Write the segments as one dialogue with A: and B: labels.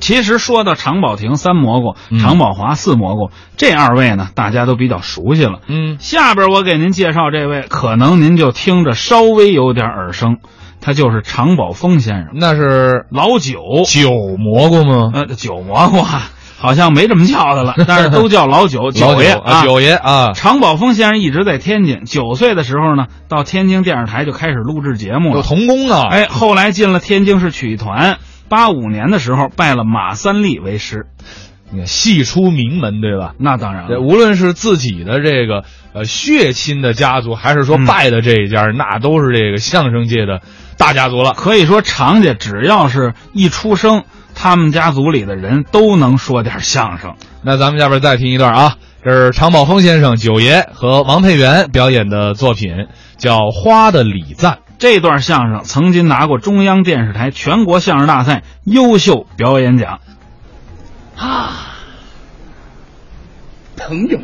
A: 其实说到常宝霆三蘑菇
B: 嗯，
A: 常宝华四蘑菇，这二位呢，大家都比较熟悉了。
B: 嗯，
A: 下边我给您介绍这位，可能您就听着稍微有点耳生，他就是常宝峰先生，
B: 那是
A: 老九，
B: 九蘑菇吗？
A: 呃，九蘑菇啊，好像没这么叫 他了，但是都叫老九，
B: 老
A: 九爷
B: 啊，九爷啊，
A: 常宝峰先生一直在天津，九岁的时候呢，到天津电视台就开始录制节目
B: 有
A: 了。
B: 童工啊，
A: 嗯哎，后来进了天津市曲艺团，八五年的时候拜了马三立为师。
B: 你看戏出名门，对吧？
A: 那当然
B: 对，
A: 了，
B: 无论是自己的这个呃血亲的家族，还是说
A: 嗯
B: 拜的这一家，那都是这个相声界的大家族了。
A: 可以说常家只要是一出生，他们家族里的人都能说点相声。
B: 那咱们下边再听一段啊，这是常宝峰先生、九爷和王佩元表演的作品，叫《花的礼赞》。
A: 这段相声曾经拿过中央电视台全国相声大赛优秀表演奖。
C: 啊，朋友，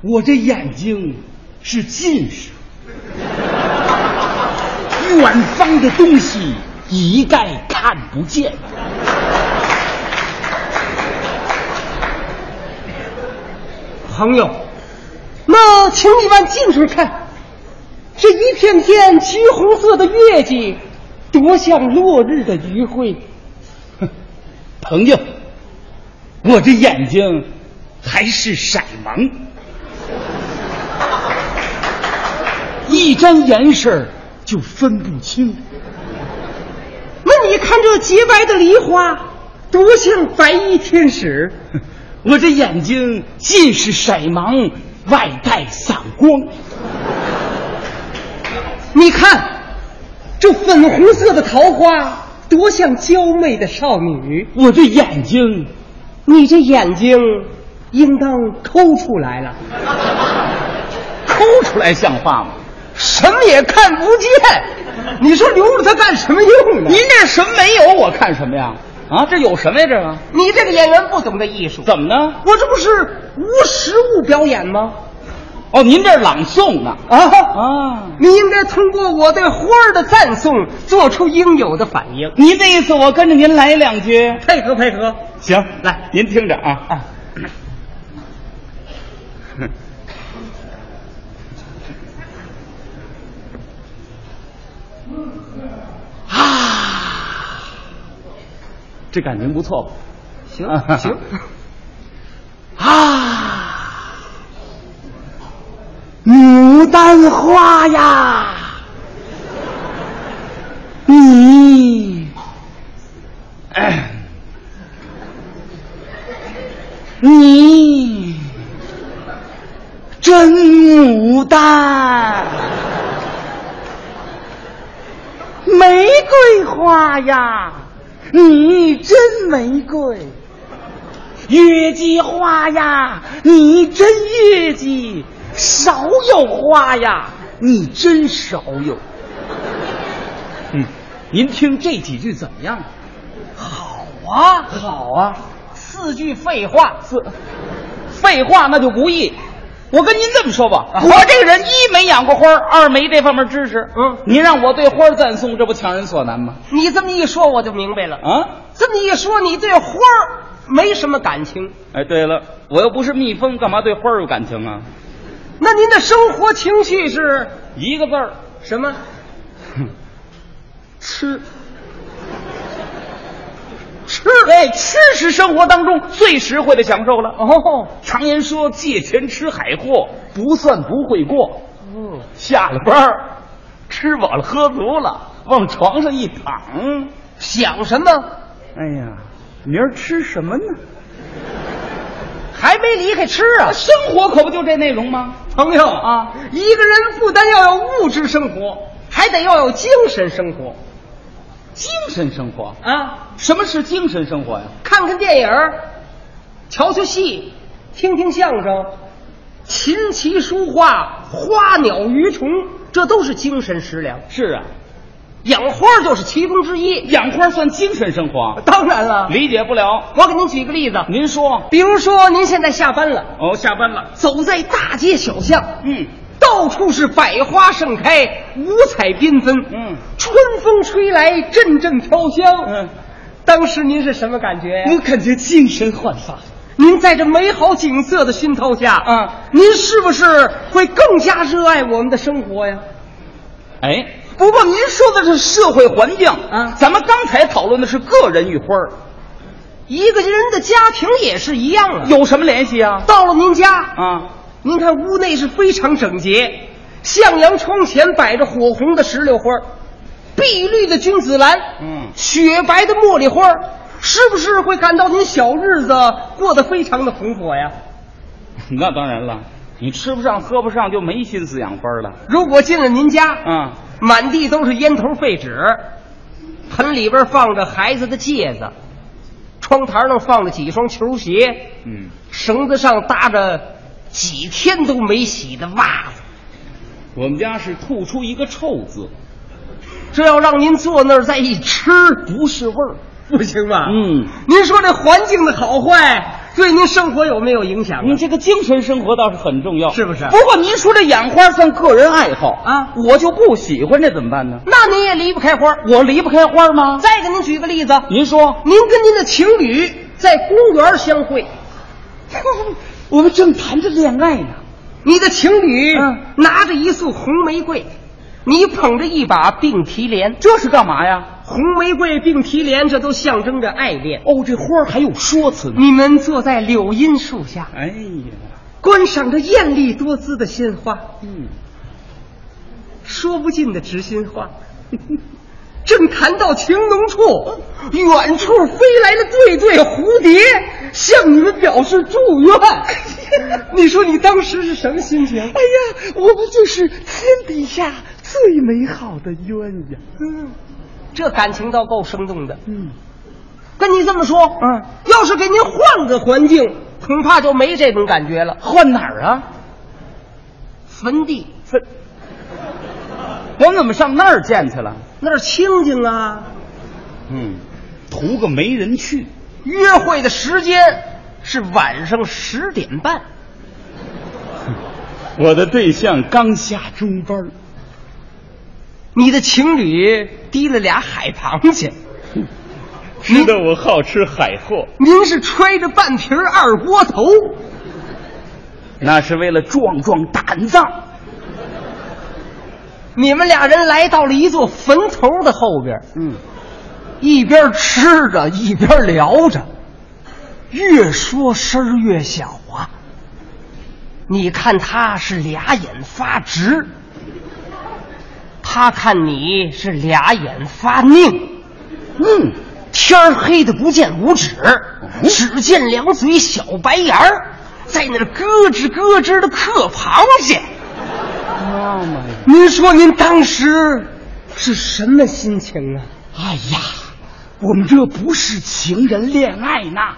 C: 我这眼睛是近视，远方的东西一概看不见。朋友，
D: 那请你往近处看，这一片片橘红色的月季，多像落日的余晖。
C: 朋友，我这眼睛还是色盲，一沾眼神儿就分不清。
D: 那你看这洁白的梨花，多像白衣天使。
C: 我这眼睛近视色盲，外带散光。
D: 你看，这粉红色的桃花，多像娇媚的少女。
C: 我这眼睛，
D: 你这眼睛，应当抠出来了。
C: 抠出来像话吗？
D: 什么也看不见，你说留着它干什么用呢？
C: 您这什么没有？我看什么呀？啊，这有什么呀？这个
D: 你这个演员不懂得艺术，
C: 怎么呢？
D: 我这不是无实物表演吗？
C: 哦，您这是朗诵呢？
D: 啊
C: 啊，
D: 你应该通过我对花儿的赞颂做出应有的反应，
C: 您这意思我跟着您来两句？
D: 配合配合。
C: 行，来，您听着啊。
D: 啊
C: 这感情不错吧？
D: 行
C: 啊
D: 行，
C: 啊，
D: 牡丹花呀，你
C: 你真牡丹，
D: 玫瑰花呀，你真玫瑰；
C: 月季花呀，你真月季，少有花呀，你真少有。嗯，您听这几句怎么样？好啊，好啊，四句废话，四废话那就不易。我跟您这么说吧，我这个人一没养过花儿，二没这方面知识。
D: 嗯
C: 您让我对花儿赞颂，这不强人所难吗？
D: 你这么一说，我就明白了。
C: 啊，
D: 这么一说，你对花儿没什么感情，
C: 哎，对了，我又不是蜜蜂，干嘛对花儿有感情啊？
D: 那您的生活情绪是
C: 一个字儿，
D: 什么？吃，
C: 吃。哎，吃是生活当中最实惠的享受了。哦，常言说借钱吃海货，不算不会过。
D: 嗯，
C: 下了班儿，吃饱了喝足了，往床上一躺，
D: 想什么？
C: 哎呀，明儿吃什么呢？
D: 还没离开吃啊
C: 啊，，生活可不就这内容吗？
D: 朋友
C: 啊
D: 一个人不单要有物质生活，还得要有精神生活
C: 精神生活，
D: 啊！
C: 什么是精神生活呀、
D: 看看电影儿，瞧瞧戏，听听相声，琴棋书画、花鸟鱼虫，这都是精神食粮。
C: 是啊，
D: 养花就是其中之一。
C: 养花算精神生活啊，
D: 当然了，
C: 理解不了。
D: 我给您举个例子，
C: 您说，
D: 比如说您现在下班了，
C: 哦，下班了，
D: 走在大街小巷，
C: 嗯，
D: 到处是百花盛开，五彩缤纷，
C: 嗯，
D: 春风吹来，阵阵飘香，
C: 嗯，
D: 当时您是什么感觉呀？
C: 我感觉精神焕发。
D: 您在这美好景色的熏陶下，
C: 啊，
D: 您是不是会更加热爱我们的生活呀？
C: 哎，不过您说的是社会环境
D: 啊
C: 咱们刚才讨论的是个人与花儿
D: 一个人的家庭也是一样啊。
C: 有什么联系啊？
D: 到了您家，
C: 啊，
D: 您看屋内是非常整洁，向阳窗前摆着火红的石榴花，碧绿的君子兰，
C: 嗯
D: 雪白的茉莉花，是不是会感到您小日子过得非常的红火呀？
C: 那当然了，你吃不上喝不上就没心思养花儿了。
D: 如果进了您家，
C: 嗯，
D: 满地都是烟头废纸，盆里边放着孩子的戒指，窗台上放着几双球鞋，
C: 嗯，
D: 绳子上搭着几天都没洗的袜子。
C: 我们家是吐出一个臭字，
D: 这要让您坐那儿再一吃，
C: 不是味儿。
D: 不行吧？
C: 嗯，
D: 您说这环境的好坏对您生活有没有影响啊？
C: 您这个精神生活倒是很重要，
D: 是不是
C: 不过您说这养花算个人爱好
D: 啊
C: 我就不喜欢，这怎么办呢？
D: 那您也离不开花儿。
C: 我离不开花吗？
D: 再给您举个例子，
C: 您说，
D: 您跟您的情侣在公园相会，
C: 我们正谈着恋爱呢。
D: 你的情侣
C: 嗯
D: 拿着一束红玫瑰，你捧着一把并提莲。
C: 这是干嘛呀？
D: 红玫瑰、并提莲，这都象征着爱恋。
C: 哦，这花还有说辞呢。
D: 你们坐在柳荫树下，
C: 哎呀，
D: 观赏着艳丽多姿的鲜花，
C: 嗯，
D: 说不尽的知心话。正谈到情浓处，远处飞来了对对蝴蝶，向你们表示祝愿。 你说你当时是什么心情？哎呀，我们就是天底下最美好的鸳鸯。嗯，这感情倒够生动的。嗯，跟你这么说，
C: 嗯，
D: 要是给您换个环境，恐怕就没这种感觉了。
C: 换哪儿啊？
D: 坟地
C: 分，我们怎么上那儿见去了？
D: 那儿清静啊，
C: 嗯，图个没人去。
D: 约会的时间是晚上十点半。
C: 我的对象刚下中班儿，
D: 你的情侣提了俩海螃蟹，
C: 知道我好吃海货，
D: 您是揣着半瓶二锅头，
C: 那是为了壮壮胆子。
D: 你们俩人来到了一座坟头的后边，
C: 嗯，
D: 一边吃着一边聊着，越说声儿越小啊。你看他是俩眼发直，他看你是俩眼发拧。
C: 嗯，哦
D: 天儿黑的不见五指，只见两嘴小白牙儿在那儿咯吱咯吱的嗑螃蟹。
C: 妈妈呀！
D: 您说您当时是什么心情啊？
C: 哎呀，我们这不是情人恋爱呐，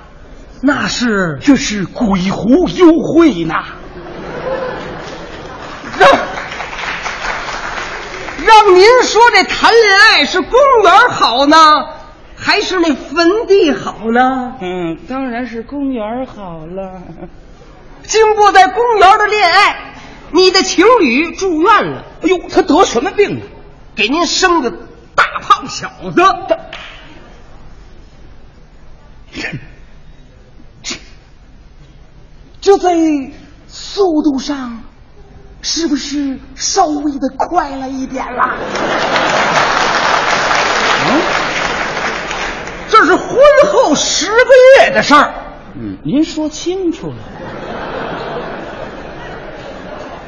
D: 那是
C: 这是鬼狐幽会呐。
D: 让让您说这谈恋爱是公园好呢，还是那坟地好呢？
C: 嗯，当然是公园好了。
D: 经过在公园的恋爱，你的情侣住院了，
C: 哎呦，他得什么病啊了？
D: 给您生个大胖小子。
C: 这在速度上，是不是稍微的快了一点啦？
D: 这是婚后十个月的事儿。
C: 嗯，您说清楚了。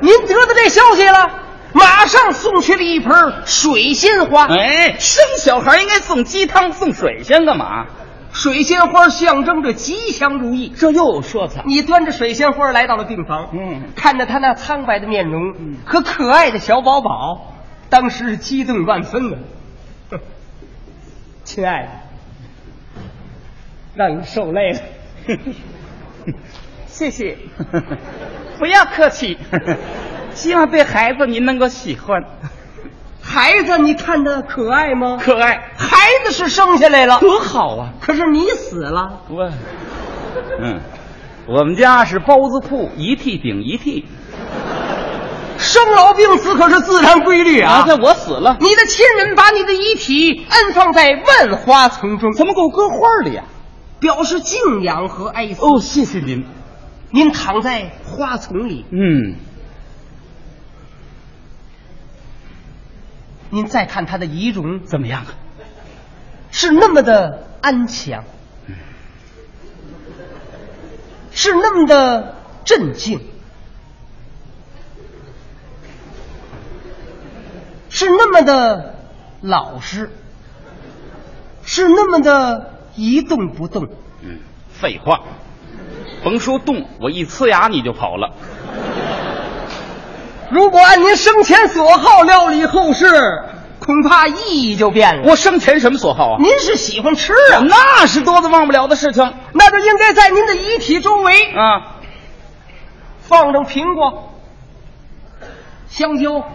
D: 您得到这消息了，马上送去了一盆水仙花。
C: 哎，生小孩应该送鸡汤、送水仙干嘛？
D: 水仙花象征着吉祥如意。
C: 这又有说辞。
D: 你端着水仙花来到了病房，
C: 嗯
D: 看着他那苍白的面容和可爱的小宝宝，当时是激动万分的。哼 亲爱的，让你受累了，
C: 谢谢，不要客气。希望对孩子您能够喜欢，
D: 孩子，你看他可爱吗？
C: 可爱
D: 孩子是生下来了，
C: 多好啊！
D: 可是你死了。
C: 我，嗯，我们家是包子铺，一屉顶一屉。
D: 生生老病死可是自然规律啊！
C: 这我死了，
D: 你的亲人把你的遗体安放在万花丛中，
C: 怎么给我搁花里呀、
D: 表示敬仰和哀思。
C: 哦，谢谢您。
D: 您躺在花丛里，
C: 嗯，
D: 您再看他的遗容，
C: 怎么样啊？
D: 是那么的安详，
C: 嗯
D: 是那么的镇静，是那么的老实，是那么的一动不动。
E: 嗯，废话，甭说动，我一呲牙你就跑了。
D: 如果按您生前所好料理后事，恐怕意义就变了。
E: 我生前什么所好啊？
D: 您是喜欢吃啊？
E: 那是多的忘不了的事情
D: 那就应该在您的遗体周围
E: 啊！
D: 放上苹果、香蕉、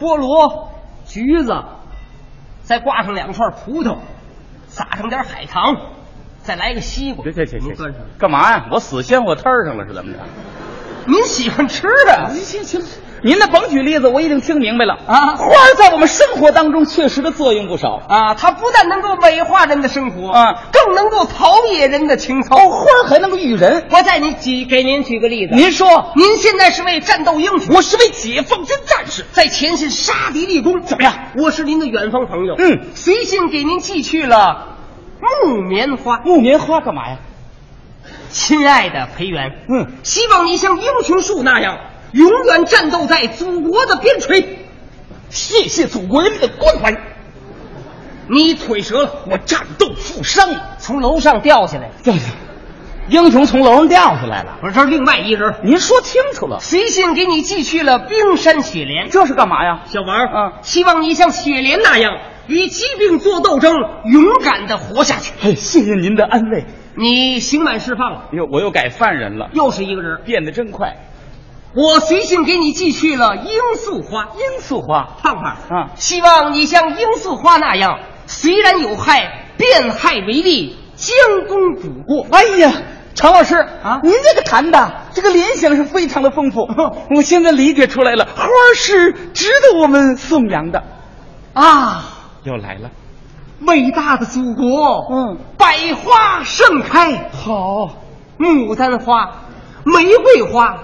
D: 菠萝、橘子，再挂上两串葡萄，撒上点海棠，再来个西瓜。您端上。
E: 干嘛呀？我死鲜货摊儿上了是怎么着？
D: 您喜欢吃啊？
E: 您那甭举例子，我已经听明白了
D: 啊
E: 花儿在我们生活当中确实的作用不少。
D: 啊，它不但能够美化人的生活
E: 啊，哦
D: 更能够陶冶人的情操。
E: 花儿还能够育人。
D: 我再您举给您举个例子，
E: 您说，
D: 您现在是位战斗英雄，
E: 我是位解放军战士，
D: 在前线杀敌立功，怎么样？我是您的远方朋友，
E: 嗯，
D: 随信给您寄去了木棉花。
E: 木棉花干嘛呀？
D: 亲爱的裴元，
E: 嗯，
D: 希望你像英雄树那样，永远战斗在祖国的边陲。
E: 谢谢祖国人民的关怀。
D: 你腿折了，
E: 我战斗负伤了，
D: 从楼上掉下来，
E: 英雄从楼上掉下来了。
D: 我这是另外一人。
E: 您说清楚了，
D: 随信给你寄去了冰山雪莲，
E: 这是干嘛呀？
D: 小王
E: 啊
D: 希望你像雪莲那样与疾病做斗争，勇敢的活下去。
E: 嘿，谢谢您的安慰。
D: 你刑满释放了，
E: 哟，我又改犯人了，
D: 又是一个人。
E: 变得真快。
D: 我随信给你寄去了罂粟花，
E: 罂粟花，
D: 胖胖
E: 啊
D: 希望你像罂粟花那样，虽然有害，变害为利，将功补过。
E: 哎呀，常老师
D: 啊哦
E: 您这个谈的这个联想是非常的丰富，我现在理解出来了，花儿是值得我们颂扬的。
D: 啊，
E: 又来了，
D: 伟大的祖国，
E: 嗯，
D: 百花盛开，
E: 好，
D: 牡丹花、玫瑰花、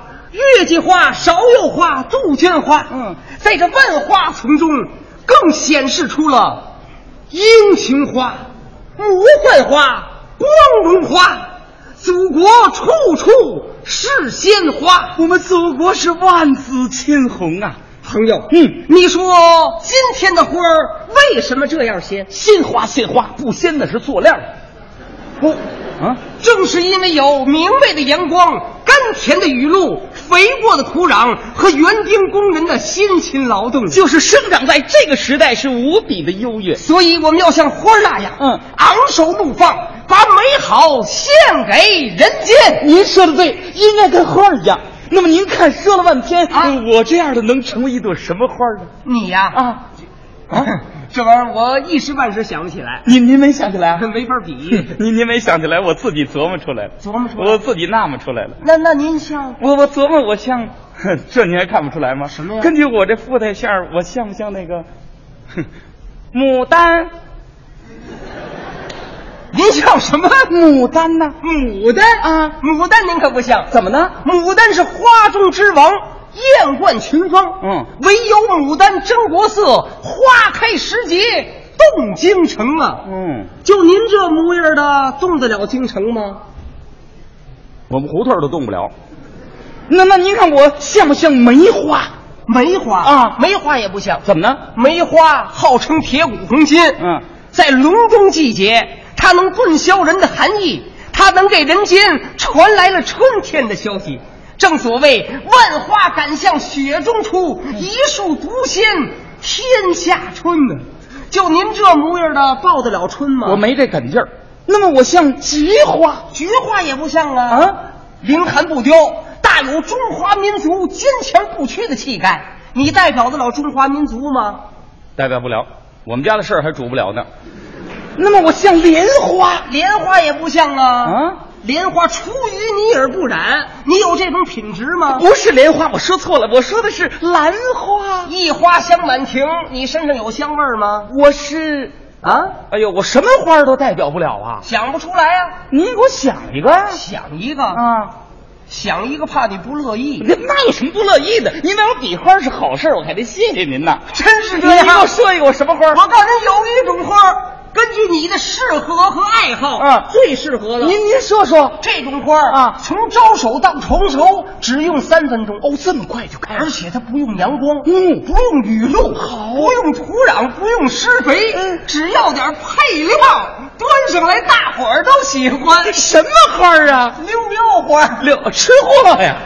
D: 月季花、芍药花、杜鹃花，
E: 嗯，
D: 在这万花丛中，更显示出了英雄花、魔幻花、光荣花，祖国处处是鲜花。
E: 我们祖国是万紫千红啊！
D: 朋友，
E: 嗯，
D: 你说今天的花儿为什么这样鲜？
E: 鲜花，鲜花，不鲜那是佐料。
D: 不，
E: 啊，
D: 正是因为有明媚的阳光、甘甜的雨露、肥沃的土壤和园丁工人的辛勤劳动，
E: 就是生长在这个时代是无比的优越。
D: 所以我们要像花儿那样，
E: 嗯
D: 昂首怒放，把美好献给人间。
E: 您说的对，应该跟花儿一样。那么您看，说了半天，
D: 啊
E: 呃我这样的能成为一朵什么花儿呢？
D: 你呀、
E: 啊，
D: 这玩意儿我一时半时想不起来，
E: 您您没想起来啊？
D: 没法比。
E: 您您没想起来，我自己琢磨出来了，
D: 琢磨出来
E: 我自己纳闷出来了。
D: 那那您像
E: 我我琢磨，我像，哼这您还看不出来吗？什
D: 么呀
E: 根据我这富态相儿，我像不像那个，哼牡丹？
D: 您像什么？
E: 牡丹呢？
D: 牡丹
E: 啊
D: 牡丹您可不像。
E: 怎么呢？
D: 牡丹是花中之王，艳冠群芳。
E: 嗯
D: 唯有牡丹真国色，花开时节动京城啊！
E: 嗯，
D: 就您这模样的，动得了京城吗？
E: 我们胡同都动不了。那那您看我像不像梅花？
D: 梅花
E: 啊
D: 梅花也不像。
E: 怎么呢？
D: 梅花号称铁骨红心，
E: 嗯，
D: 在隆冬季节，它能顿消人的寒意，它能给人间传来了春天的消息。正所谓万花赶向雪中出，一树独先天下春呢。就您这模样的，报得了春吗？
E: 我没这梗劲儿。那么我像菊花？
D: 菊花也不像啊
E: 啊，
D: 凌寒不凋，大有中华民族坚强不屈的气概。你代表得了中华民族吗？
E: 代表不了，我们家的事儿还主不了呢。
D: 那么我像莲花，莲花也不像啊。
E: 啊，
D: 莲花出淤泥而不染，你有这种品质吗？
C: 不是莲花，我说错了，我说的是兰花。
D: 一花香满庭，你身上有香味儿吗？
C: 我是，
D: 啊，
C: 哎呦，我什么花儿都代表不了啊！
D: 想不出来呀、
C: 你给我想一个呀！
D: 想一个，
C: 啊，
D: 想一个怕你不乐意，
C: 那那有什么不乐意的？您让我比花是好事儿，我还得谢谢您呢。
D: 真是
C: 您
D: 这样。
C: 给我说一个，我什么花儿？
D: 我告诉你，有一种花儿，根据你的适合和爱好，
C: 嗯
D: 最适合了。
C: 您您说说。
D: 这种花儿
C: 啊
D: 从招手到成熟只用三分钟，
C: 哦，这么快就开
D: 而且它不用阳光，
C: 嗯
D: 不用雨露，好，啊嗯不用土壤，不用施肥，只要点配料，端上来大伙儿都喜欢。
C: 什么花儿啊？
D: 溜腰花，
C: 柳吃货呀！